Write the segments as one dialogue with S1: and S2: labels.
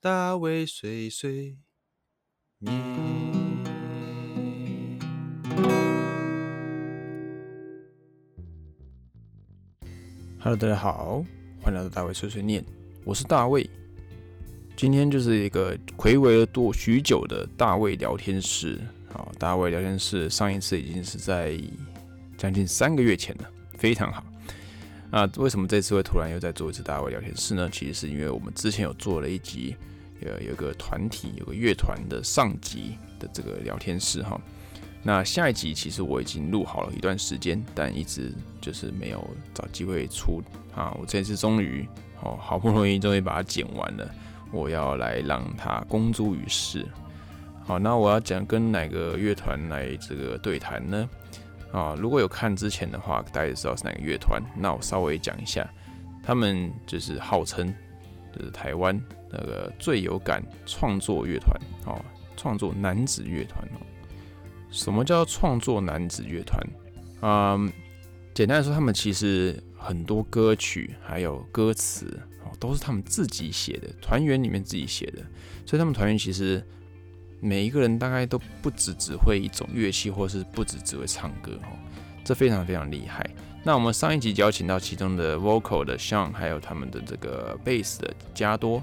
S1: 大卫碎碎念。
S2: Hello，大家好，欢迎来到大卫碎碎念，我是大卫。今天就是一个暌违了多许久的大卫聊天室。好，大卫聊天室上一次已经是在将近三个月前了，非常好。那为什么这次会突然又再做一次大卫聊天室呢？其实是因为我们之前有做了一集，有有个团体，有个乐团的上集的这个聊天室哈。那下一集其实我已经录好了一段时间，但一直就是没有找机会出啊。我这次终于哦，好不容易终于把它剪完了，我要来让它公诸于世。好，那我要讲跟哪个乐团来这个对谈呢？啊，如果有看之前的话，大家也知道是哪个乐团。那我稍微讲一下，他们就是号称就是台湾那个最有感创作乐团哦，创作男子乐团哦。什么叫创作男子乐团？嗯，简单来说，他们其实很多歌曲还有歌词哦，都是他们自己写的，团员里面自己写的。所以他们团员其实每一个人大概都不只只会一种乐器，或是不只只会唱歌哦，这非常非常厉害。那我们上一集邀请到其中的 vocal 的 Sean，还有他们的这个 bass 的加多。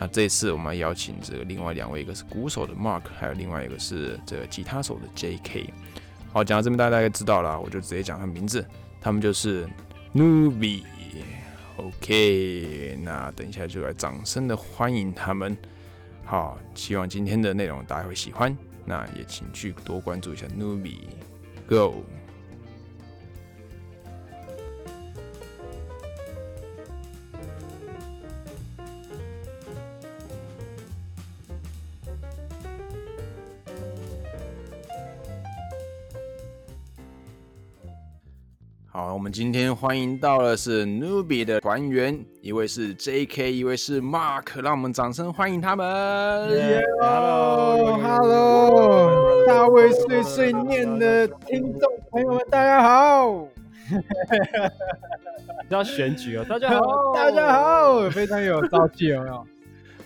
S2: 那这一次我们邀请这个另外两位，一个是鼓手的 Mark，还有另外一个是这个吉他手的 J.K。好，讲到这边大家大概知道了，我就直接讲他们名字，他们就是 Nubi。OK，那等一下就来掌声的欢迎他们。好，希望今天的内容大家会喜欢，那也请去多关注一下 Nubi。Go。好，我们今天欢迎到的是 Nubi 的团员，一位是 J.K，一位是 Mark，让我们掌声欢迎他们。
S3: Hello，Hello，大卫碎碎念的听众朋友们，大家好，
S4: 要选举 哦，大家好，
S3: 大家，好，非常有朝气，有没有？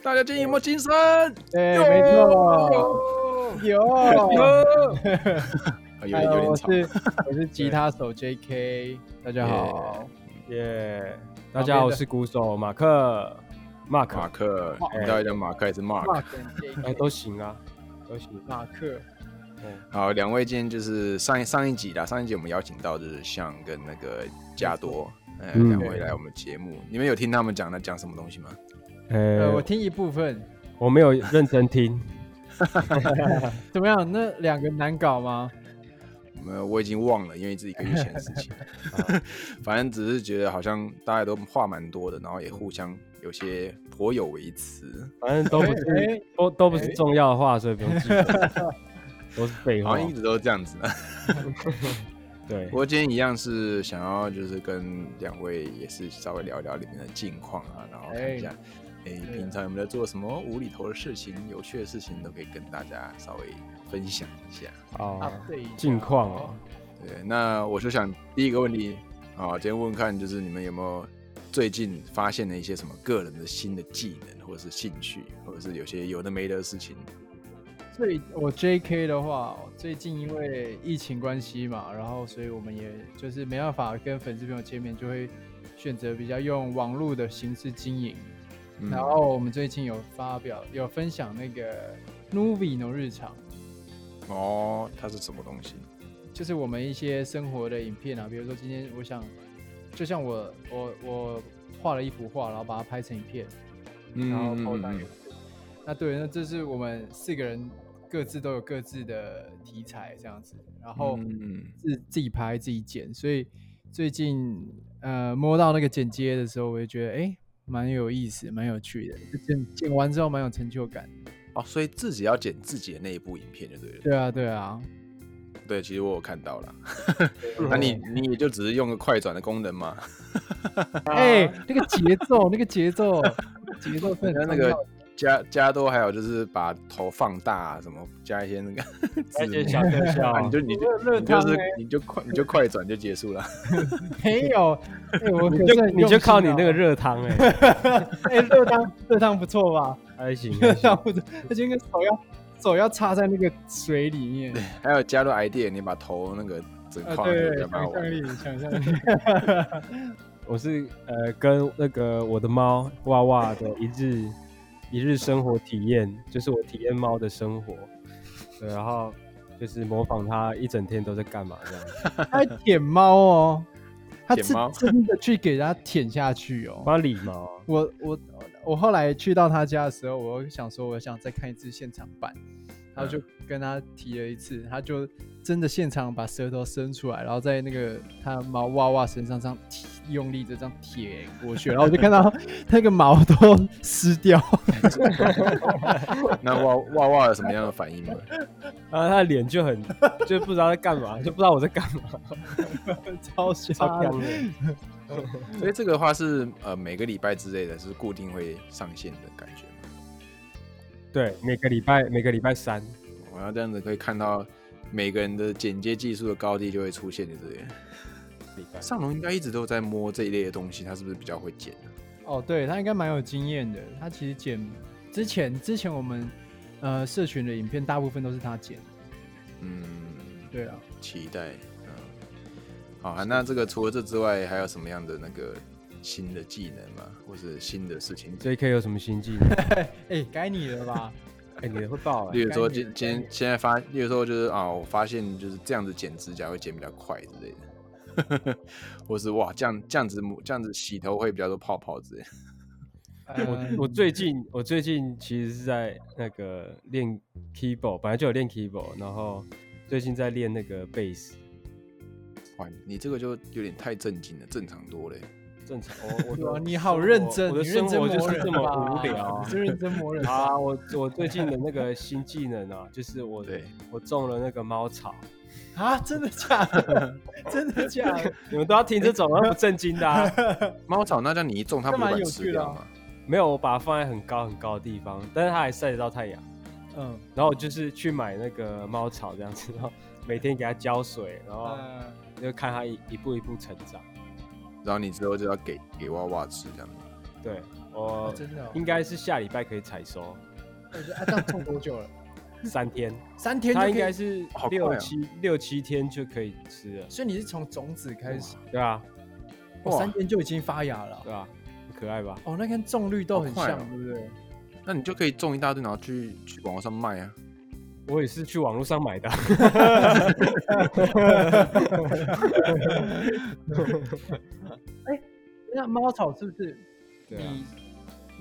S2: 大家今天有没有精神？哎
S3: 对，没错，有。
S2: 哎有点有点
S3: 哎我
S2: 吵。
S3: 是我是吉他手 J.K，大家好。
S4: 耶！大家好，我是鼓手马克，马克
S2: 马，克，
S3: 马克
S2: 你到底叫马克还是 Mark？
S3: 马克
S4: 哎，
S3: J.K，
S4: 都行啊，都行。
S3: 马克，
S2: 好，两位今天就是上一上一集啦，上一集我们邀请到就是像跟那个加多，呃，
S4: 嗯
S2: 两位来我们节目，你们有听他们讲在讲什么东西吗？
S4: 哎
S3: 呃，，我听一部分，
S4: 我没有认真听，
S3: 怎么样？那两个难搞吗？
S2: 呃，我已经忘了，因为这一个月前的事 情。啊反正只是觉得好像大家都话蛮多的，然后也互相有些颇有微词，
S4: 反正都不是，
S3: 哎，
S4: 都都不是重要的话，所以不用记得，都
S3: 哦
S4: 是废
S2: 好
S4: 话
S2: 像。一直都这样子。
S4: 对
S2: 不，过今天一样是想要就是跟两位也是稍微聊一聊里面的近况啊，然后看一下，哎、平常有没有做什么无厘头的事情、有趣的事情，都可以跟大家稍微分享一下。
S4: 好，
S3: 啊
S2: 啊
S3: 对，
S4: 哦近况哦，
S2: 对，那我就想第一个问题啊，今天问问看，就是你们有没有最近发现了一些什么个人的新的技能，或者是兴趣，或者是有些有的没的事情？
S3: 最我 J.K 的话，最近因为疫情关系嘛，然后所以我们也就是没办法跟粉丝朋友见面，就会选择比较用网络的形式经营。
S2: 嗯
S3: 然后我们最近有发表有分享那个 Novino 日常，
S2: 哦，它是什么东西？
S3: 就是我们一些生活的影片啊，比如说今天我想，就像我我我画了一幅画，然后把它拍成影片，
S2: 嗯
S3: 然后抛单元。那对，那这是我们四个人各自都有各自的题材这样子，然后
S2: 嗯嗯
S3: 自自己拍自己剪，所以最近呃摸到那个剪接的时候，我就觉得哎蛮有意思，蛮有趣的，就剪剪完之后蛮有成就感。
S2: 哦，所以自己要剪自己的那一部影片就对了。
S3: 对啊，对啊，
S2: 对，其实我有看到了。
S3: 嗯
S2: 那你
S4: 嗯
S2: 你也就只是用个快转的功能嘛？
S3: 哎、那个节奏，那个节奏，那个节奏是 很
S2: 那那
S3: 重
S2: 个
S3: 要的
S2: 加加多还有就是把头放大、啊，什么 加一些那个
S4: 再
S2: 字
S4: 见，
S2: 幕
S4: 小特效
S2: 啊，，你就你就
S3: 热
S2: 你就
S3: 汤
S2: 是
S3: 欸
S2: 你就快你就快转就结束了。
S3: 没有，哎、我可
S4: 你
S3: 是
S4: 就
S3: 很
S4: 你就
S3: 用
S4: 靠
S3: 心
S4: 你
S3: 啊
S4: 那个，热汤哎，
S3: 哎、热汤热汤不错吧？
S4: 还行，还
S3: 然
S4: 行
S3: 后他就那个手要手要插在那个水里面，
S2: 还有加入 idea，你把头那个整
S3: 啊
S2: 框
S3: 对
S2: 那
S3: 对，
S2: 个蛮好玩
S3: 想象
S2: 的。
S3: 力，想象力，
S4: 我是呃跟那个我的猫哇哇的一日一日生活体验，就是我体验猫的生活，对，然后就是模仿它一整天都在干嘛这样，
S3: 他还舔猫哦，他
S2: 舔
S3: 是
S2: 猫
S3: 真的去给它舔下去 哦，
S4: 帮它理毛，
S3: 我我我后来去到他家的时候，我想说我想再看一次现场版，然后就跟他提了一次，他就真的现场把舌头伸出来，然后在那个他毛娃娃身上这样踢用力的这样舔过去，然后我就看到 那个毛都湿掉，
S2: 那 哇哇哇有什么样的反应吗？
S4: 然后它的脸就很就不知道在干嘛，就不知道我在干嘛，
S3: 超瞎
S4: 超
S3: 的
S4: 香的。
S2: 所以这个话是呃每个礼拜之类的，是固定会上线的感觉吗。
S4: 对，每个礼拜每个礼拜三，
S2: 我要这样子可以看到每个人的剪接技术的高低就会出现在这里。
S4: 礼拜
S2: 上龙应该一直都在摸这一类的东西，他是不是比较会剪？啊
S3: 哦，对他应该蛮有经验的，他其实剪之前之前我们呃社群的影片大部分都是他剪，
S2: 嗯，
S3: 对啊，
S2: 期待。嗯，好啊。那这个除了这之外，还有什么样的那个新的技能吗？或是新的事情？
S4: J.K. 有什么新技能？
S3: 哎，该你了 吧。
S4: 哎、你会爆哎、
S2: 例如说，今
S3: 干
S2: 今天现在发，例如说就是啊，我发现就是这样子剪指甲会剪比较快之类的， 或是哇，这样这样子抹这样子洗头会比较多泡泡之类的。
S4: 哎
S3: 呃
S4: 我最近我最近其实是在那个练 keyboard，本来就有练 keyboard，然后最近在练那个 bass。
S2: 哇，你这个就有点太震惊了，正常多嘞。
S4: 正常，哦我我
S3: 哇，
S4: 的
S3: 你
S4: 生
S3: 好
S4: 活
S3: 认真，
S4: 我的
S3: 你认
S4: 生
S3: 真
S4: 活就
S3: 磨
S4: 是
S3: 人
S4: 这么
S3: 吧
S4: 无聊
S3: 你是认真磨 人吧。
S4: 啊！我我最近的那个新技能啊，就是我
S2: 对，
S4: 我种了那个猫草，
S3: 啊，真的假的？真的假 的？
S4: 你们都要听这种啊不正经的 啊！
S2: 猫草那叫你一种，它不
S3: 这
S2: 是
S3: 蛮
S2: 把你
S3: 有
S2: 吃
S3: 趣的
S2: 掉
S3: 啊
S2: 吗？
S4: 没有，我把它放在很高很高的地方，但是它还晒得到太阳。
S3: 嗯，
S4: 然后我就是去买那个猫草这样子，然后每天给它浇水，然后
S3: 呃
S4: 就看它一一步一步成长。
S2: 然后你之后就要给给娃娃吃这样子。
S4: 对
S3: 哦
S4: 我
S3: 真的哦，
S4: 应该是下礼拜可以采收，
S3: 我觉得啊，这样种多久了？
S4: 三天，
S3: 三嗯天就
S4: 它
S3: 可以哦
S4: 应该，是
S2: 好快
S4: 六
S2: 啊
S4: 七六七天就可以吃了，
S3: 所以你是从种子开始，
S4: 对啊，
S3: 哦三天就已经发芽了
S4: 对。吧？很可爱吧？
S3: 哦，那跟种绿豆很
S2: 好快哦
S3: 像，对不对？
S2: 那你就可以种一大堆，然后去去网络上卖啊。
S4: 我也是去网络上买的，
S3: 嗯那猫草是不是
S4: 对啊，
S3: 你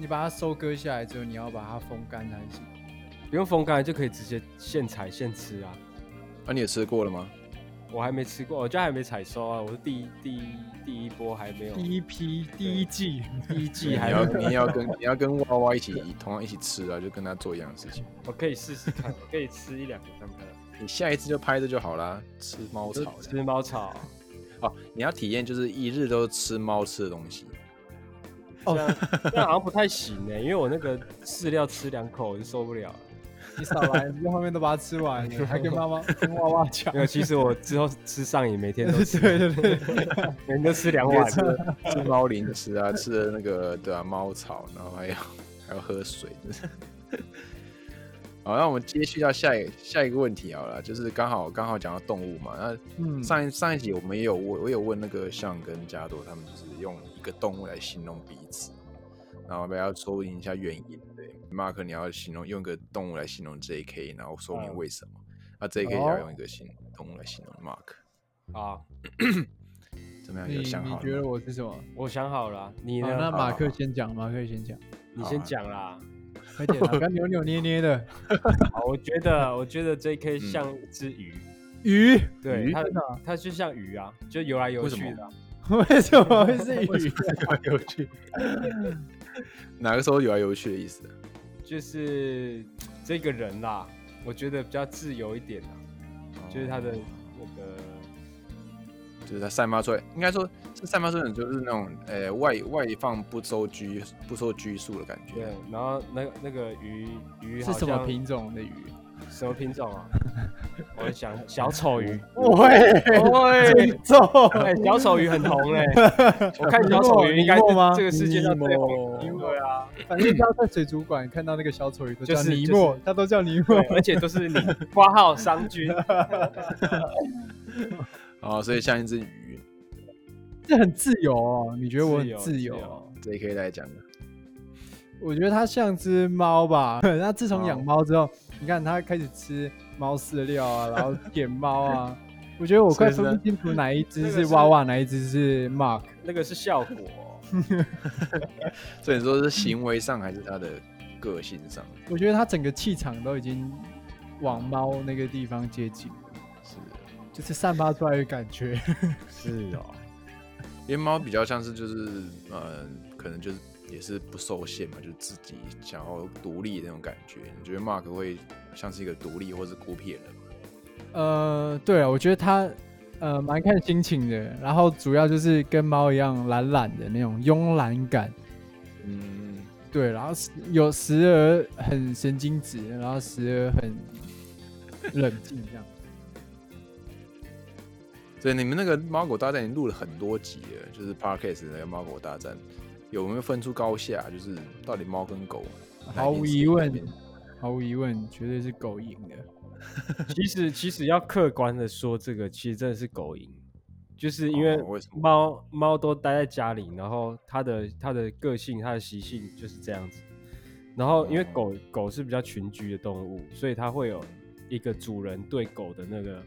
S3: 你把它收割下来之后，你要把它风干还是什么？
S4: 不用风干就可以直接现采现吃啊。
S2: 啊，你也吃过了吗？
S4: 我还没吃过，我家还没采收啊，我是第一第一第一波还没有，
S3: 第一批第一 季，啊
S4: 第一季
S2: 你
S4: 还
S2: 要
S4: 没有，
S2: 你要跟你要跟娃娃一起同样一起吃啊，就跟他做一样的事情。
S4: 我可以试试看，我可以吃一两个看看。
S2: 你下一次就拍这就好啦，吃猫
S4: 就
S2: 草的
S4: 吃猫草，啊
S2: 哦。你要体验就是一日都吃猫吃的东西，
S4: 哦，那好像不太行欸呢，因为我那个饲料吃两口我就受不了了。
S3: 你少来，你后面都把它吃完
S4: 嗯
S3: 了，还跟妈 妈跟娃娃讲
S4: 没。有，其实我之后吃上瘾，每天都吃，
S3: 对对对，
S4: 每天都吃两
S2: 你也
S4: 碗。
S2: 吃吃猫零食啊，吃的那个对啊猫草，然后还有还要喝水。 真是好，那我们接续到下一下一个问题好了，就是刚好刚好讲到动物嘛，那
S3: 嗯，
S2: 上一上一集我们也有问，我有问那个象跟加多，他们就是用一个动物来形容彼此，然后我们要说明一下原因。对，Mark 你要形容用一个动物来形容 J.K.，然后说
S3: 嗯
S2: 明为什么。那 J.K. 也
S3: 哦
S2: 要用一个形动物来形容 Mark，
S4: 啊，
S2: 怎么样？
S3: 你
S2: 有
S3: 你
S2: 想好了
S3: 觉得
S2: 吗？
S3: 我是什么？
S4: 我想好了啊，你
S3: 好，
S4: 呢？
S3: 哦那
S2: 好
S3: 马克
S2: 好
S3: 先讲，马克 先讲，
S4: 你
S2: 好
S4: 先
S2: 啊
S4: 讲啦。
S3: 快点啦，不要扭扭捏捏的。
S4: 好，我觉 得，我觉得 J.K.
S2: 嗯
S4: 像一只 鱼，
S3: 鱼，
S4: 对，它
S3: 真的啊
S4: 它就像鱼啊，就游来游
S2: 为什
S4: 去
S2: 么
S4: 的啊。
S3: 为什么会 是鱼？
S2: 游去，哪个时候游来游去的意思？
S4: 就是这个人啦，我觉得比较自由一点啊，就是他的
S2: 哦
S4: 那个，
S2: 就是它散发出来，应该说是散发出很就是那种呃外外放不受拘不受拘束的感
S4: 对
S2: 觉。，
S4: 然后那个那个鱼鱼
S3: 是
S4: 好
S3: 什么
S4: 像
S3: 品种 的鱼？
S4: 什么 品种啊？我想小丑鱼，
S3: 喂，
S4: 喂，
S3: 重
S4: 哎，小丑鱼很红哎，我看小丑鱼应该
S3: 尼莫吗
S4: 是这个世界上最
S3: 尼
S4: 红
S3: 莫
S4: 的，对啊，
S3: 反正只要在水族馆看到那个小丑鱼，都
S4: 就
S3: 叫
S4: 是
S3: 尼
S4: 就是
S3: 莫，他都叫尼
S4: 对
S3: 莫。，
S4: 而且都是你挂号 商君，
S2: 哦，所以像一只鱼，
S3: 这很自由哦，你觉得我很
S4: 自
S3: 自
S4: 由
S3: 由
S4: 自
S3: 哦？
S2: 这也可以来讲的。
S3: 我觉得它像只猫吧。 它自从养
S2: 好
S3: 猫之后，你看它开始吃猫饲料啊，然后舔猫啊。我觉得我快
S2: 所以
S3: 分
S2: 呢
S3: 不清楚哪一只
S4: 那个
S3: 是
S4: 是
S3: 娃娃，哪一只是 Mark。
S4: 那个是效果。哦
S2: 所以你说是行为上还是它的个性上？
S3: 我觉得它整个气场都已经往猫那个地方接近，
S2: 是，
S3: 就是散发出来的感觉。
S4: 是哦，
S2: 因为猫比较像是就是呃，可能就是也是不受限嘛，就是自己想要独立的那种感觉。你觉得 Mark 会像是一个独立或是孤僻的人吗？
S3: 呃，对啊，我觉得它呃蛮看心情的，然后主要就是跟猫一样懒懒的那种慵懒感，
S2: 嗯，
S3: 对，然后时有时而很神经质，然后时而很冷静 这样。
S2: 对，你们那个猫狗大战已经录了很多集了，就是 Parkes 那个猫狗大战，有没有分出高下？就是到底猫跟狗？
S3: 毫无疑
S2: 哪
S3: 问
S2: 边是哪边，
S3: 毫无疑问，绝对是狗赢的。
S4: 其实其实要客观的说，这个其实真的是狗赢，就是因为
S2: 哦为什么
S4: 猫猫都待在家里，然后它的它的个性它的习性就是这样子。然后因为狗狗是比较群居的动物，所以它会有一个主人对狗的那个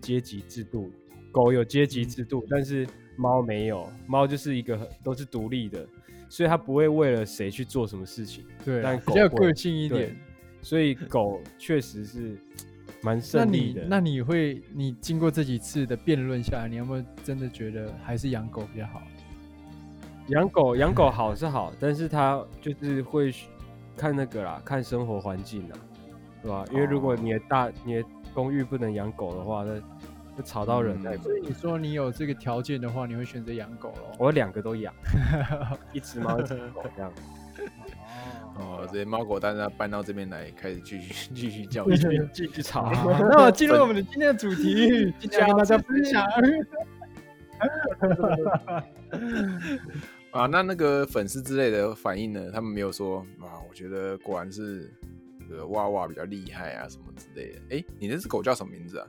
S4: 阶级制度。狗有阶级制度，但是猫没有，猫就是一个很都是独立的，所以它不会为了谁去做什么事情。
S3: 对啊，
S4: 但
S3: 比
S4: 狗
S3: 较有
S4: 会
S3: 个性一
S4: 对
S3: 点。
S4: 所以狗确实是蛮
S3: 那
S4: 胜利
S3: 你
S4: 的。
S3: 那你会，你经过这几次的辩论下来，你有没有真的觉得还是养狗比较好？
S4: 养狗养狗好是好，但是它就是会需看那个啦，看生活环境啦，对吧？因为如果你的大你的公寓不能养狗的话，那那吵到人
S2: 嗯
S4: 那也不
S3: 所以你说你有这个条件的话，你会选择养狗 咯？
S4: 我两个都养，一只猫一只狗这样。
S2: 哦，这些猫狗大战搬到这边来，开始继续 继续教育。
S4: 继续吵，
S3: 好那么进入我们的今天的主题，今天要跟大家分享。
S2: 啊，那那个粉丝之类的反应呢？他们没有说啊，我觉得果然是呃哇哇比较厉害啊什么之类的。哎、你那只狗叫什么名字啊？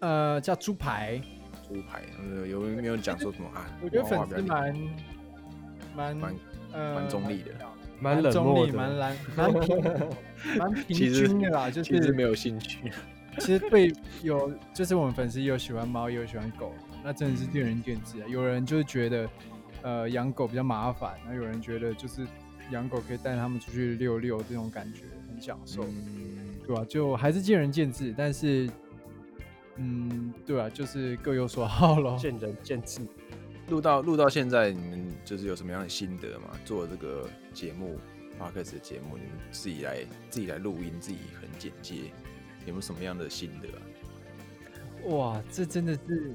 S3: 呃，叫猪排，
S2: 猪排，呃有没有讲说什么啊？
S3: 我觉得
S2: 娃娃
S3: 粉
S2: 比较
S3: 丝
S2: 厉害
S3: 蛮蛮
S2: 蛮
S3: 呃
S2: 蛮中立的，
S4: 蛮冷
S3: 中
S4: 漠
S3: 立，蛮
S4: 的。
S3: 蓝，蛮平，蛮平
S2: 其实
S3: 均的啦，就是
S2: 其实没有兴趣。
S3: 其实对有，就是我们粉丝有喜欢猫，也有喜欢狗，那真的是见仁见智啊。有人就是觉得，呃，养狗比较麻烦，那有人觉得就是养狗可以带他们出去溜溜，这种感觉很享受，
S2: 嗯，
S3: 对吧、啊就还是见仁见智，但是，嗯，对啊，就是各有所好咯。
S4: 见仁见智，
S2: 录到录到现在，你们就是有什么样的心得吗？做这个节目 p o d c a s 的节目，你们自己来自己来录音，自己很简介，有没有什么样的心得啊？
S3: 哇，这真的是，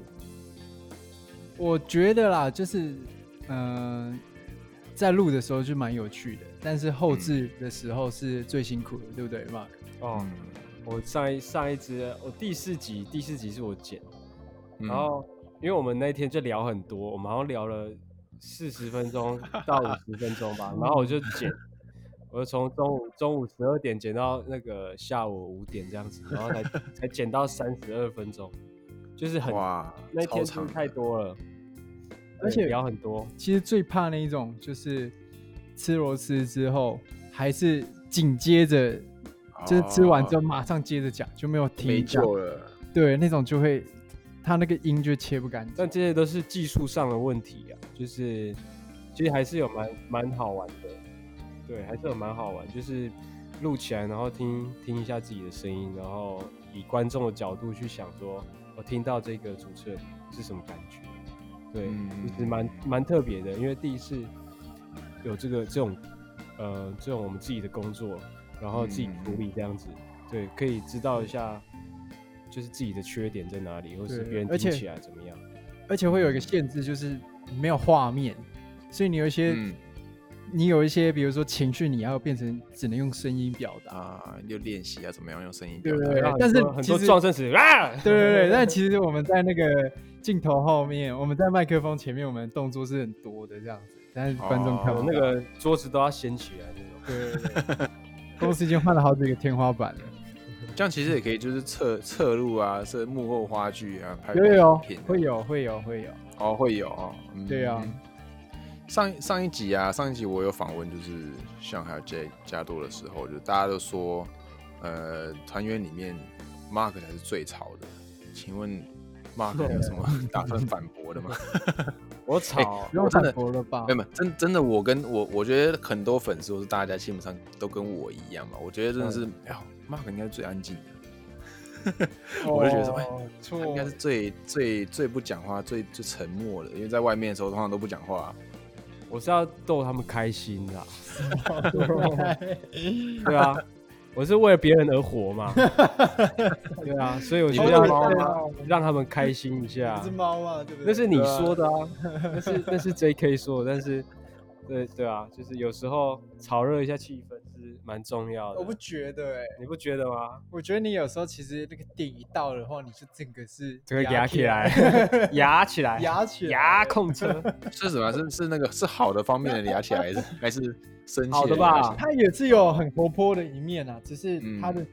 S3: 我觉得啦，就是，嗯、在录的时候就蛮有趣的，但是
S2: 嗯
S3: 后置的时候是最辛苦的，对不对，Mark？
S4: 哦，
S3: 嗯
S4: 我上一上一只，我第四集第四集是我剪，
S2: 嗯
S4: 然后因为我们那天就聊很多，我们好像聊了四十分钟 到五十分钟吧，然后我就剪，我就从中午中午十二点剪到那个下午五点这样子，然后 才才剪到三十二分钟，就是很
S2: 哇，
S4: 那
S2: 超
S4: 天真
S2: 长
S4: 的太
S2: 的
S4: 多了，
S3: 而
S4: 对
S3: 且
S4: 聊很多，
S3: 其实最怕那一种就是吃螺丝之后，还是紧接着就是吃完之后马上接着讲，就没有
S2: 没
S3: 停讲。
S2: 救了。
S3: 对，那种就会他那个音就切不干净
S4: 但。这些都是技术上的问题啊，就是其实还是有蛮蛮好玩的，对，还是有蛮好玩，就是录起来，然后听听一下自己的声音，然后以观众的角度去想说，我听到这个主持人是什么感觉，对，
S2: 嗯
S4: 就是蛮蛮特别的，因为第一次有这个这种呃这种我们自己的工作，然后自己处理这样子，对，可以知道一下。就是自己的缺点在哪里，或
S3: 对
S4: 是别人
S3: 而
S4: 听
S3: 且
S4: 起来怎么样？
S3: 而且会有一个限制，就是没有画面，所以你有一些、
S2: 嗯
S3: 你有一些，比如说情绪，你要变成只能用声音表 达。
S2: 啊，就练习啊，怎么样用声音
S3: 对
S2: 表
S3: 不
S2: 达？
S3: 对
S4: 然后？
S3: 但
S4: 啊很
S3: 是
S4: 多很
S3: 其
S4: 多
S3: 实
S4: 撞声词啊，
S3: 对对对，但其实我们在那个镜头后面，我们在麦克风前面，我们的动作是很多的这样子。但是观众 看
S2: 哦
S3: 不
S4: 那
S3: 到
S4: 个桌子都要掀起来那 种。
S3: 对对对，公司已经换了好几个天花板 了。
S2: 这样其实也可以，就是侧侧录啊，是幕后花絮啊，拍
S3: 有有
S2: 片
S3: 会有会有会有，
S2: 哦，会有哦，嗯
S3: 对啊。
S2: 上上一集啊，上一集我有访问，就是像还有 J 加多的时候，就大家都说，呃，团员里面 Mark 才是最吵的。请问 Mark 有什么打算反驳 的吗？
S4: 我吵，
S3: 不用
S2: 真的
S3: 反驳了吧
S2: 没有？没有，真真的，我跟我我觉得很多粉丝或是大家基本上都跟我一样嘛。我觉得真的
S3: 嗯
S2: 是，哎呀，Mark 应该是最安静的， 我就觉得说哎
S4: 哦
S2: 他应该是
S4: 错，
S2: 最最最不讲话、最最沉默的，因为在外面的时候通常都不讲话、啊
S4: 我是要逗他们开心啦。对啊，我是为了别人而活 嘛。对啊，所以我就
S2: 你不是
S4: 要
S2: 猫
S4: 让让他们开心一下
S3: 不。猫嘛，对不
S4: 那是你说的啊，那是那是 J.K. 说的，但是对对啊，就是有时候炒热一下气氛是蛮重要的。
S3: 觉得哎、
S4: 你不觉得吗？
S3: 我觉得你有时候其实那个点一到的话，你就整个是
S4: 这个压起来， 压起来，
S3: 压起来
S4: 压控车，
S2: 是什么？啊是是那个是好的方面的聊起来，还 是还是生气
S4: 好的
S2: 聊起
S4: 吧
S2: 来？
S3: 他也是有很活泼的一面啊，只是
S2: 嗯
S3: 他的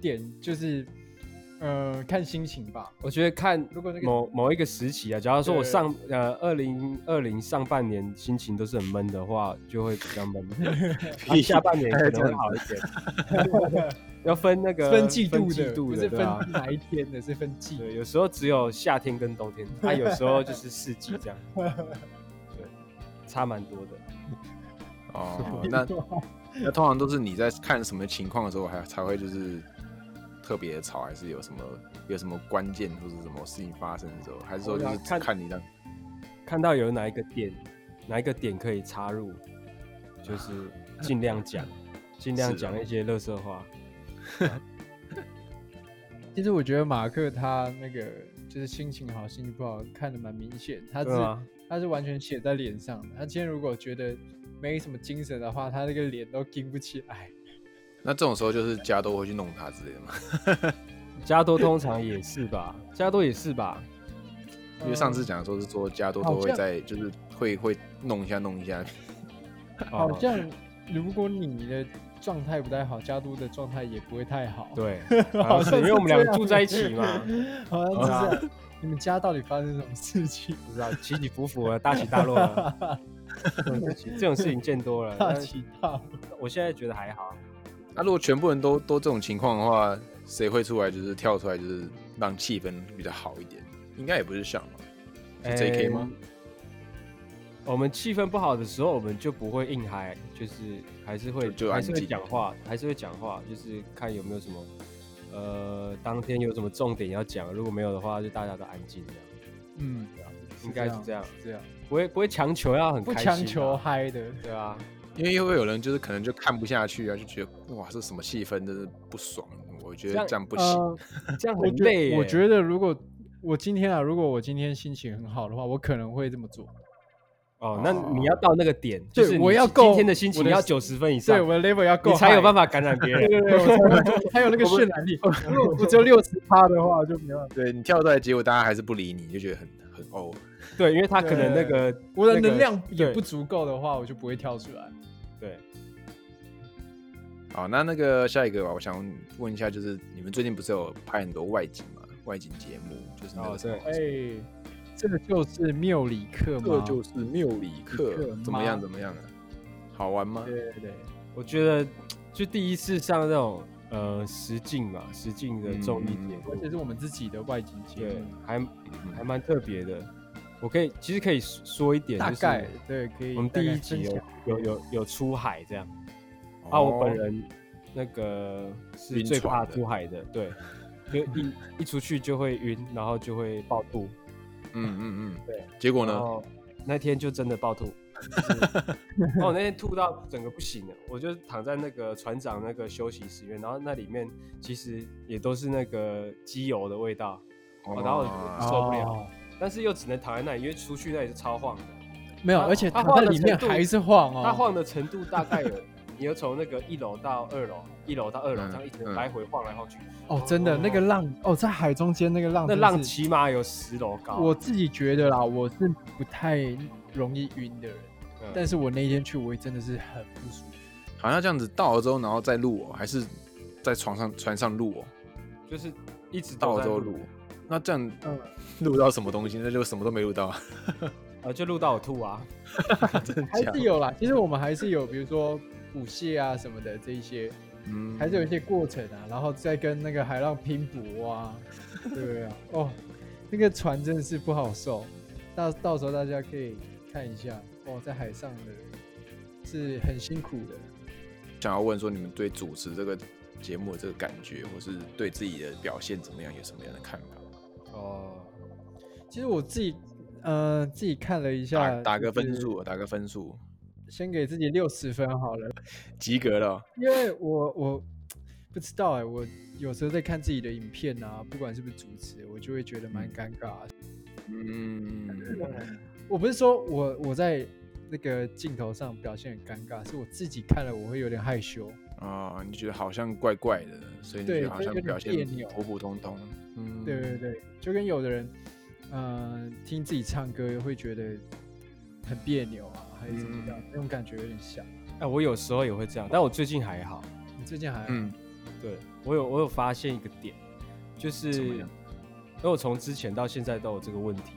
S3: 点就是，呃，看心情吧。
S4: 我觉得看
S3: 如果那个
S4: 某某一个时期啊，假如说我
S3: 对
S4: 上呃二零二零上半年心情都是很闷的话，就会比较闷。 啊下半年可能会好一点， 要分那个
S3: 分季
S4: 分
S3: 度
S4: 季
S3: 的，
S4: 度
S3: 不
S4: 的，
S3: 是
S4: 对
S3: 分
S4: 啊
S3: 哪一天的，是分季。
S4: 对，有时候只有夏天跟冬天，它、有时候就是四季这样，对，差蛮多的。
S2: 哦，那那通常都是你在看什么情况的时候，还才会就是特别吵，还是有什么有什么关键或者什么事情发生的时候，还是说就
S4: 我
S2: 是
S4: 哦想看
S2: 看你这样
S4: 看到有哪一个点，哪一个点可以插入，就是尽量讲，尽量
S2: 是啊
S4: 讲一些乐色话。
S3: 其实我觉得马克他那个就是心情好，心情不好，看得蛮明显。他是、
S4: 对啊
S3: 他是完全写在脸上的。他今天如果觉得没什么精神的话，他那个脸都顶不起来。
S2: 那这种时候就是加都会去弄他之类的嘛，
S4: 加多通常也是 吧，加多也是吧，嗯
S2: 因为上次讲说是说加多都会在就是会会弄一下弄一下，
S4: 哦
S3: 好像如果你的状态不太好，加都的状态也不会太好。，
S4: 对，
S3: 好
S4: 好像
S3: 像
S4: 是因为我们两
S3: 这
S4: 个
S3: 样
S4: 住在一起嘛，
S3: 好像是这样。你们家到底发生什么事情？
S4: 不知道起起伏伏啊，大起大 落啊，这种事情这种事情见多了。
S3: 大
S4: 但
S3: 起大落。
S4: 我现在觉得还好，
S2: 那如果全部人都都这种情况的话，谁会出来就是跳出来就是让气氛比较好一点？应该也不是像吧。是
S4: 哎
S2: JK 吗？
S4: 我们气氛不好的时候，我们就不会硬嗨，就是还是会
S2: 就就
S4: 还
S2: 安
S4: 是
S2: 静
S4: 会讲话，还是会讲话，就是看有没有什么呃，当天有什么重点要讲，如果没有的话，就大家都安静这样，
S3: 嗯，
S4: 应该是这样，
S3: 这样，
S4: 不会不会强求要很
S3: 不
S4: 开心、啊
S3: 强求，嗨的。
S4: 对啊，
S2: 因为又会有人就是可能就看不下去啊，就觉得哇，这什么气氛，真是不爽。我觉
S4: 这
S2: 得
S4: 样
S2: 这样不行。
S3: 呃，
S4: 这样
S3: 我
S4: 很
S3: 觉
S4: 累耶
S3: 我觉得如果我今天啊，如果我今天心情很好的话，我可能会这么做。
S4: 哦，那你要到那个点，
S3: 对
S4: 就是你
S3: 我要
S4: 今
S3: 够
S4: 今天的心情
S3: 我的
S4: 要九十分以上
S3: 对，，我的 level 要够，
S4: 你才有办
S3: 法。
S4: 法感染别人
S3: 对。对对，我才有才有那个渲染力。如果我只有六十趴的话，就没办法。
S2: 对你跳出来，结果大家还是不理你，你就觉得很很哦。
S4: 对，因为他可能那个
S3: 我的
S4: 那个
S3: 能量也
S4: 对
S3: 不足够的话，我就不会跳出来。
S4: 对，
S2: 好，那那个下一个啊吧，我想问一下，就是你们最近不是有拍很多外景嘛？外景节目就是那
S4: 哦
S2: 个什么
S4: 对
S3: 哎，这个就是缪里克
S2: 这
S3: 吗？
S2: 就是缪里
S3: 里克
S2: 克，怎么
S3: 吗
S2: 样？怎么样啊？好玩吗？
S3: 对对对，
S4: 我觉得就第一次上那种呃实境嘛，实境的综艺节目
S3: 而，且是我们自己的外景节
S4: 对
S3: 目，，
S4: 还
S2: 嗯
S4: 还蛮特别的。我可以其实可以说一点，
S3: 大
S4: 就是
S3: 概对可以。
S4: 我们第一集有有有有出海这样
S2: 哦
S4: 啊，我本人那个是
S2: 晕
S4: 最怕
S2: 船的
S4: 出海的，对，就一一出去就会晕，然后就会爆吐，
S2: 嗯嗯嗯，
S4: 对。哦
S2: 结果
S4: 然
S2: 呢？
S4: 后那天就真的 爆吐，就是哦，那天吐到整个不行了，我就躺在那个船长那个休息室里面，然后那里面其实也都是那个机油的味道，哦然后我就受不了
S3: 哦
S4: 但是又只能躺在那里，因为出去那里是超晃的，
S3: 没有，
S4: 他
S3: 而且
S4: 他
S3: 躺
S4: 晃
S3: 在
S4: 的
S3: 里面
S4: 程度
S3: 还是晃哦，
S4: 它晃的程度大概有，你要从那个一楼到二楼，一楼到二楼，
S2: 嗯
S4: 这样一直
S2: 嗯
S4: 来回晃来晃去，
S3: 哦，真的那个浪哦，在海中间那个浪
S4: 那
S3: 真的是，
S4: 浪起码有十楼高，
S3: 我自己觉得啦，我是不太容易晕的人，但是我那一天去，我也真的是很不舒 服。
S2: 好像这样子到了之后，然后再录哦，还是在床上船上录哦，
S4: 就是一直
S2: 到了
S4: 都在
S2: 之后录。那这样
S3: 嗯
S2: 录到什么东西？那就什么都没录到，啊
S4: 呃，就录到我吐啊。
S2: 真的
S3: 还
S2: 假的？
S3: 是有啦，其实我们还是有，比如说捕蟹啊什么的这一些，
S2: 嗯
S3: 还是有一些过程啊，然后再跟那个海浪拼搏啊， 对啊，哦，那个船真的是不好受，到到时候大家可以看一下，哦，在海上的是很辛苦的。
S2: 想要问说，你们对主持这个节目的这个感觉，或是对自己的表现怎么样，有什么样的看法？
S4: 哦，
S3: 其实我自己，呃，自己看了一下，
S2: 打打个分，数，啊打个分数，
S3: 先给自己六十分好了，
S2: 及格了。哦
S3: 因为我我不知道哎、我有时候在看自己的影片啊，不管是不是主持，我就会觉得蛮尴尬的。
S2: 嗯，
S3: 我不是说我我在那个镜头上表现很尴尬，是我自己看了我会有点害羞。
S2: 啊，你觉得好像怪怪的，所以你觉
S3: 对
S2: 得好
S3: 就
S2: 像
S3: 有点
S2: 表
S3: 别
S2: 现
S3: 扭
S2: 普普通通。嗯，
S3: 对对对，就跟有的人，呃，听自己唱歌会觉得很别扭啊，还是怎么
S2: 嗯
S3: 样，那种感觉有点像。
S4: 哎，我有时候也会这样，但我最近还好。
S3: 你最近还好
S2: 嗯，
S4: 对我有我有发现一个点，就是
S2: 怎么
S4: 因
S2: 样
S4: 为我从之前到现在都有这个问题，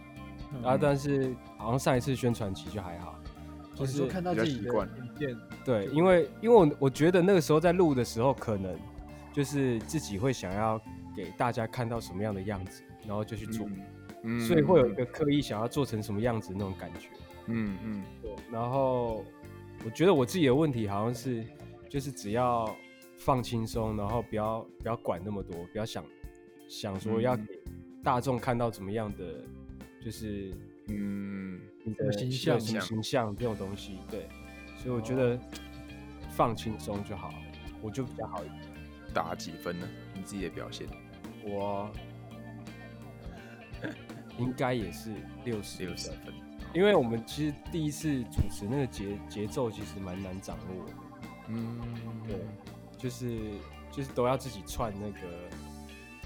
S3: 嗯
S4: 然后但是好像上一次宣传期就还好，就
S3: 哦你说
S4: 是
S3: 看到
S2: 比较
S3: 自己
S2: 习
S3: 的
S2: 惯
S3: 影片，
S4: 对，因为因为我我觉得那个时候在录的时候，可能就是自己会想要给大家看到什么样的样子，然后就去做，
S2: 嗯
S4: 所以会有一个刻意想要做成什么样子的那种感觉。
S2: 嗯嗯
S4: 然后我觉得我自己的问题好像是，就是只要放轻松，然后不要不要管那么多，不要想想说要给
S3: 嗯
S4: 大众看到怎么样的，就是
S2: 嗯
S4: 你
S3: 什么
S4: 的
S3: 形象哦
S4: 什么形象这种东西。对，所以我觉得放轻松就好，我就比较好一点。
S2: 嗯，打几分呢？你自己的表现
S4: 我应该也是六十
S2: 六十分，
S4: 因为我们其实第一次主持那个节节奏其实蛮难掌握的。
S2: 嗯，
S4: 对，就是就是都要自己串那个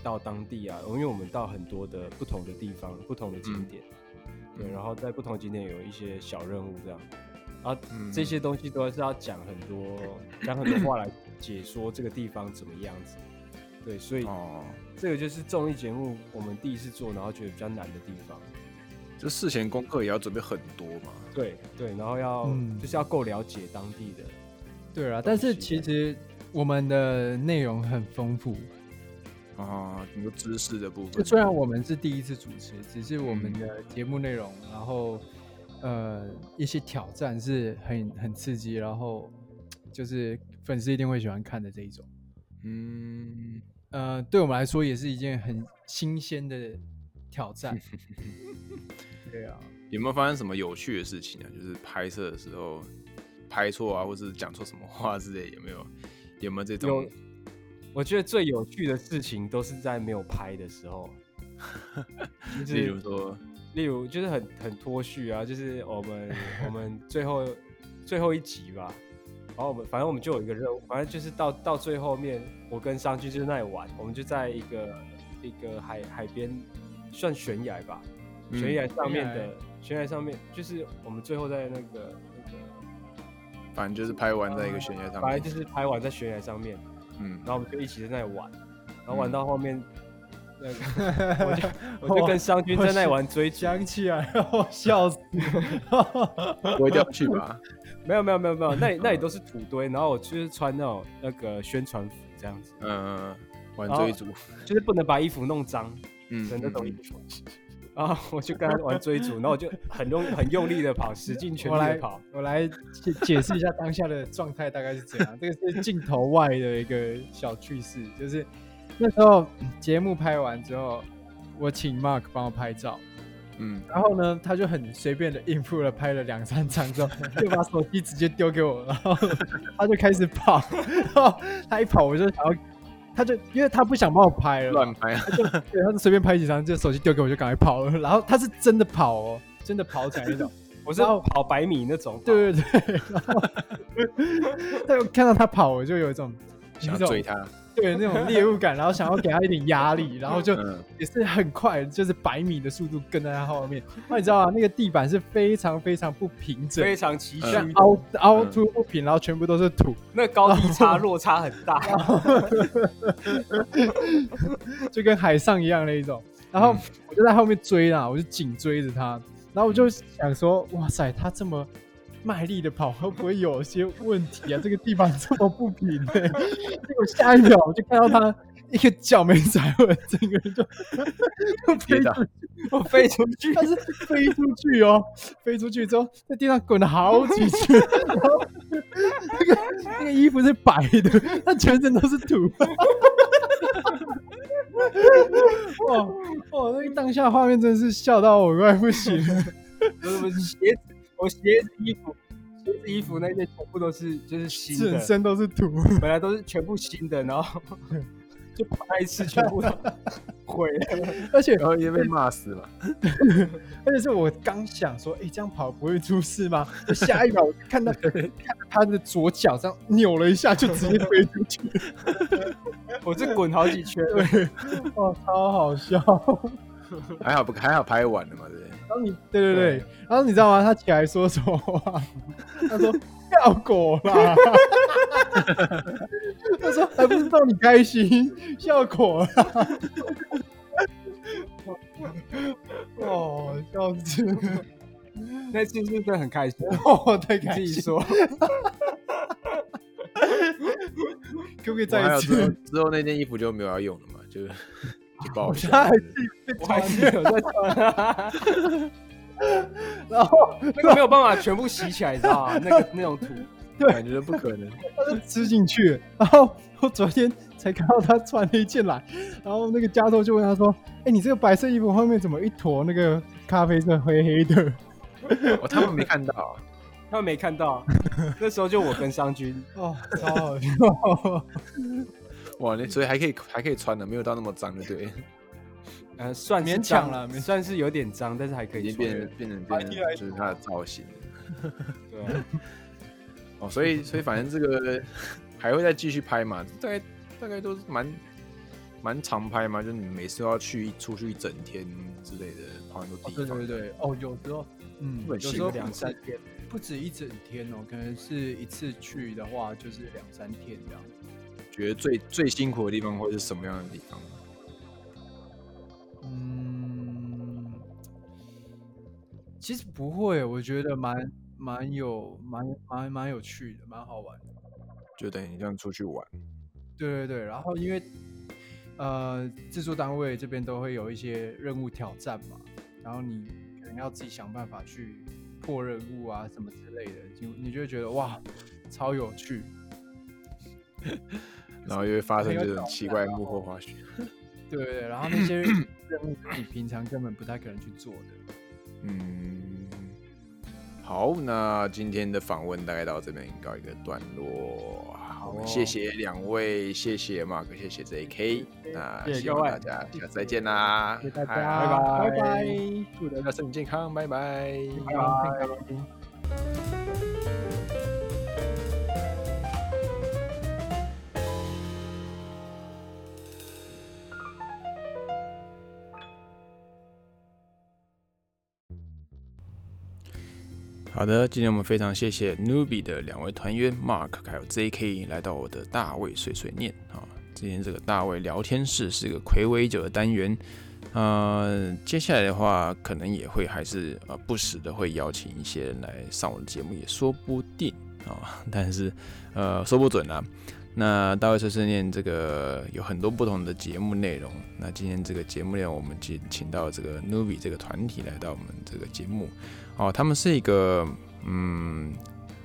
S4: 到当地啊，因为我们到很多的不同的地方、不同的
S2: 嗯
S4: 景点，啊对，然后在不同景点有一些小任务这样，然后
S2: 嗯
S4: 这些东西都是要讲很多讲很多话来解说这个地方怎么样子，对，所以
S2: 哦，
S4: 这个就是综艺节目我们第一次做，然后觉得比较难的地方，
S2: 就事前功课也要准备很多嘛。
S4: 对对，然后要、
S3: 嗯
S4: 就是要够了解当地的，
S3: 对啊，但是
S4: 东西
S3: 其实我们的内容很丰富，
S2: 啊，很多知识的部
S3: 就
S2: 分。
S3: 虽然我们是第一次主持，只是我
S4: 嗯
S3: 们的节目内容，然后呃一些挑战是很很刺激，然后就是粉丝一定会喜欢看的这一种。
S2: 嗯，
S3: 呃，对我们来说也是一件很新鲜的挑 战。对啊，
S2: 有没有发生什么有趣的事情啊？就是拍摄的时候拍错啊，或是讲错什么话之类，有没有？有没有这种
S4: 有？我觉得最有趣的事情都是在没有拍的时候，就
S2: 例如
S4: 是
S2: 说，
S4: 例如就是很很脱序啊，就是我们我们最后最后一集吧，然后我们反正我们就有一个任务，反正就是到到最后面，我跟商君就在那里玩，我们就在一个一个海海边算悬崖吧，
S2: 嗯
S4: 悬崖上面
S3: 悬
S4: 的悬崖上面就是我们最后在那个那个。
S2: 反正就是拍完在一个悬崖上
S4: 呃反
S2: 面
S4: 正，就是拍完在悬崖上面，
S2: 嗯
S4: 然，后我们就一起在那里玩，然后玩
S2: 嗯
S4: 到后面，那个我就我就跟商君在那里玩追逐，
S3: 想起来 然后笑死。
S2: 不会掉下去吧？
S4: 没有没有没有没有，那里那里都是土堆，然后我就是穿那种那个宣传服这样子，
S2: 嗯，玩追逐，
S4: 就是不能把衣服弄脏，
S2: 嗯，
S4: 只能那种衣
S2: 嗯
S4: 服。 然后我就跟他玩追逐，然后我就很用很用力的跑，使尽全
S3: 我
S4: 力的
S3: 来
S4: 跑，，
S3: 我来解解释一下当下的状态大概是怎样。这个是镜头外的一个小趣事，就是那时候嗯节目拍完之后，我请 Mark 帮我拍照，
S2: 嗯，
S3: 然后呢，他就很随便的应付了拍了两三张之后，就把手机直接丢给我，然后他就开始跑，然后他一跑我就想要，他就因为他不想帮我拍了，
S2: 乱拍啊，
S3: 对，他就随便拍几张，就手机丢给我就赶快跑了，然后他是真的跑哦，真的跑起来那种。
S4: 我是跑百米那种跑，
S3: 对 对对，然后但我看到他跑，我就有一种
S2: 想
S3: 有一种
S2: 要追他，
S3: 对那种猎物感，然后想要给他一点压力，然后就
S1: 嗯
S3: 也是很快，就是百米的速度跟在他后面。那你知道啊，那个地板是非常非常不平整，
S5: 非常崎
S1: 嗯
S5: 岖
S3: 像
S5: 的，
S3: 凹凹凸不平，然后全部都是土，
S5: 那高低差落差很大。
S3: 就跟海上一样那一种。然
S2: 嗯
S3: 后我就在后面追啦，我就紧追着他，然后我就
S2: 嗯
S3: 想说，哇塞，他这么卖力的跑，会不会有些问题啊？这个地板这么不平、欸，结果下一秒我就看到他一个脚没踩稳，整个人就就飞
S2: 跌倒
S3: 出
S5: 我飞出 去，
S3: 他是飞出去哦，飞出去之后在地上滚了好几圈，然后那个那个衣服是白的，他全身都是土。 哇哇！那个当下画面真是笑到我快不行了。
S5: 不是不是鞋子，我鞋子、衣服、鞋子、衣服那些全部都是就是新
S3: 整
S5: 的，
S3: 身都是土，
S5: 本来都是全部新的，然后就跑那一次全部都毁了。
S3: 而且
S2: 然后也被骂死了。
S3: 而且是我刚想说，哎、这样跑不会出事吗？就下一秒我就看到看到他的左脚这样扭了一下，就直接飞出去。
S5: 我这滚好几圈，
S3: 哇，超好笑！
S2: 还好不还好拍完了嘛，对不对？
S3: 然后你对对对，然后你知道吗？他起来说什 么话？他说效果啦， 他说还不是逗你开心，效果啦。 哦，笑死 了！
S5: 那次是真的很开心。
S3: 哦，太
S5: 你
S3: 开
S5: 自己
S3: 心，
S5: 说，
S3: 可不可以
S2: 我还
S3: 再一
S2: 有之后
S3: 次？
S2: 之后那件衣服就没有要用了嘛，就 就报销。
S3: 他还是
S5: 我还是有在穿，
S3: 然后
S5: 那个没有办法全部洗起来，你知道吗？那个那种图，
S2: 感觉不可能。
S3: 他就吃进去，然后我昨天才看到他穿了一件来，然后那个家头就问他说：“哎、你这个白色衣服后面怎么一坨那个咖啡色黑黑的
S2: 哦，他们没看到啊，
S5: 他们没看到。那时候就我跟商君，？”
S3: 哦，超好笑！哦
S2: 哇，
S3: 嗯
S2: 那所以还可以还可以穿的，没有到那么脏的， 对，
S5: 呃，算是
S3: 勉强
S5: 脏
S3: 啦勉强
S5: 算是有点脏，但是还可
S2: 已
S5: 以
S2: 经
S5: 穿
S2: 变成变成变成就是它的造型了。
S5: 对啊
S2: 哦，所以所以反正这个还会再继续拍嘛，大概大概都是蛮蛮常拍嘛，就是你每次都要去出去一整天之类的，跑很多地方。
S3: 对，哦，有时候，嗯
S2: 很辛苦
S5: 两三
S3: 天，不止一整天哦，可能是一次去的话就是两三天这样。
S2: 觉得最最辛苦的地方会是什么样的地方？
S3: 嗯，其实不会，我觉得蛮蛮有蛮蛮蛮有趣的，蛮好玩的。
S2: 就等于这样出去玩，
S3: 对对对，然后因为呃，制作单位这边都会有一些任务挑战嘛，然后你可能要自己想办法去破任务啊什么之类的，就你就会觉得哇，超有趣。
S2: 然后又会发生这种奇怪的幕
S3: 哦
S2: 后花絮。
S3: 对对对，然后那些任务是你平常根本不太可能去做的。
S2: 嗯，好，那今天的访问大概到这边告一个段落。好，
S5: 哦
S2: 我们谢谢两位，谢谢 Mark，谢谢 JK，那
S5: 谢谢
S2: 希
S5: 各
S2: 望
S5: 位
S2: 大家下次再见啦，
S3: 谢谢大
S2: 嗨
S3: 家，
S5: 拜拜
S3: 拜
S2: 祝大家身体健康，拜拜，
S3: 拜拜。
S2: 好的，今天我们非常谢谢 Nubi 的两位团员 Mark 还有 JK 来到我的大卫碎碎念啊。今天这个大卫聊天室是一个魁违者的单元，呃，接下来的话可能也会还是呃不时的会邀请一些人来上我的节目，也说不定啊，但是 呃说不准啦、那大卫碎碎念这个有很多不同的节目内容，那今天这个节目内容我们请请到这个 Nubi 这个团体来到我们这个节目，哦，他们是一个，嗯，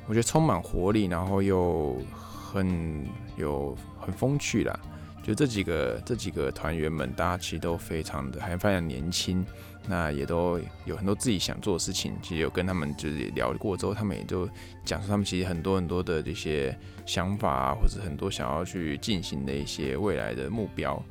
S2: 我觉得充满活力，然后又很有很风趣啦。就这几个这几个团员们，大家其实都非常的还非常年轻，那也都有很多自己想做的事情。其实有跟他们就是也聊过之后，他们也就讲述他们其实很多很多的这些想法啊，或者很多想要去进行的一些未来的目标，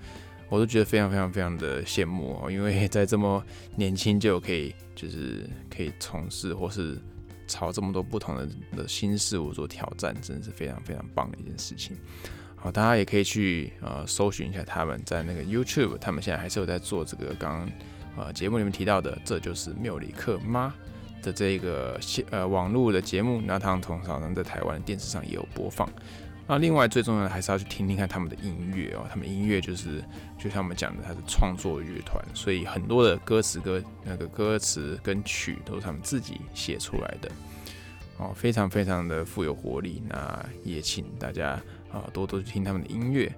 S2: 我都觉得非常非常非常的羡慕哦，因为在这么年轻就可以就是可以从事或是朝这么多不同的的新事物做挑战，真的是非常非常棒的一件事情。好，大家也可以去呃搜寻一下他们在那个 YouTube，他们现在还是有在做这个刚刚呃节目里面提到的，这就是缪里克妈的这个线呃网络的节目，那他们通常在台湾的电视上也有播放。那另外最重要的还是要去听听看他们的音乐哦，他们音乐就是就像我们讲的，它是创作乐团，所以很多的歌词歌那个歌词跟曲都是他们自己写出来的，哦，非常非常的富有活力。那也请大家啊多多去听他们的音乐。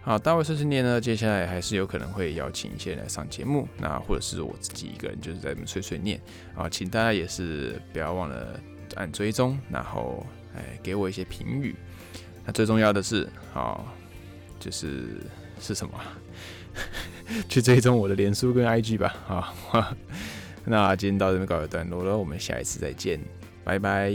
S2: 好，大卫碎碎念呢，接下来还是有可能会邀请一些人来上节目，那或者是我自己一个人就是在那边碎碎念啊，请大家也是不要忘了按追踪，然后哎给我一些评语。那最重要的是，好，就是是什么 啊？去追踪我的脸书跟 IG 吧。 好，那今天到这边告一段落了，我们下一次再见，拜拜。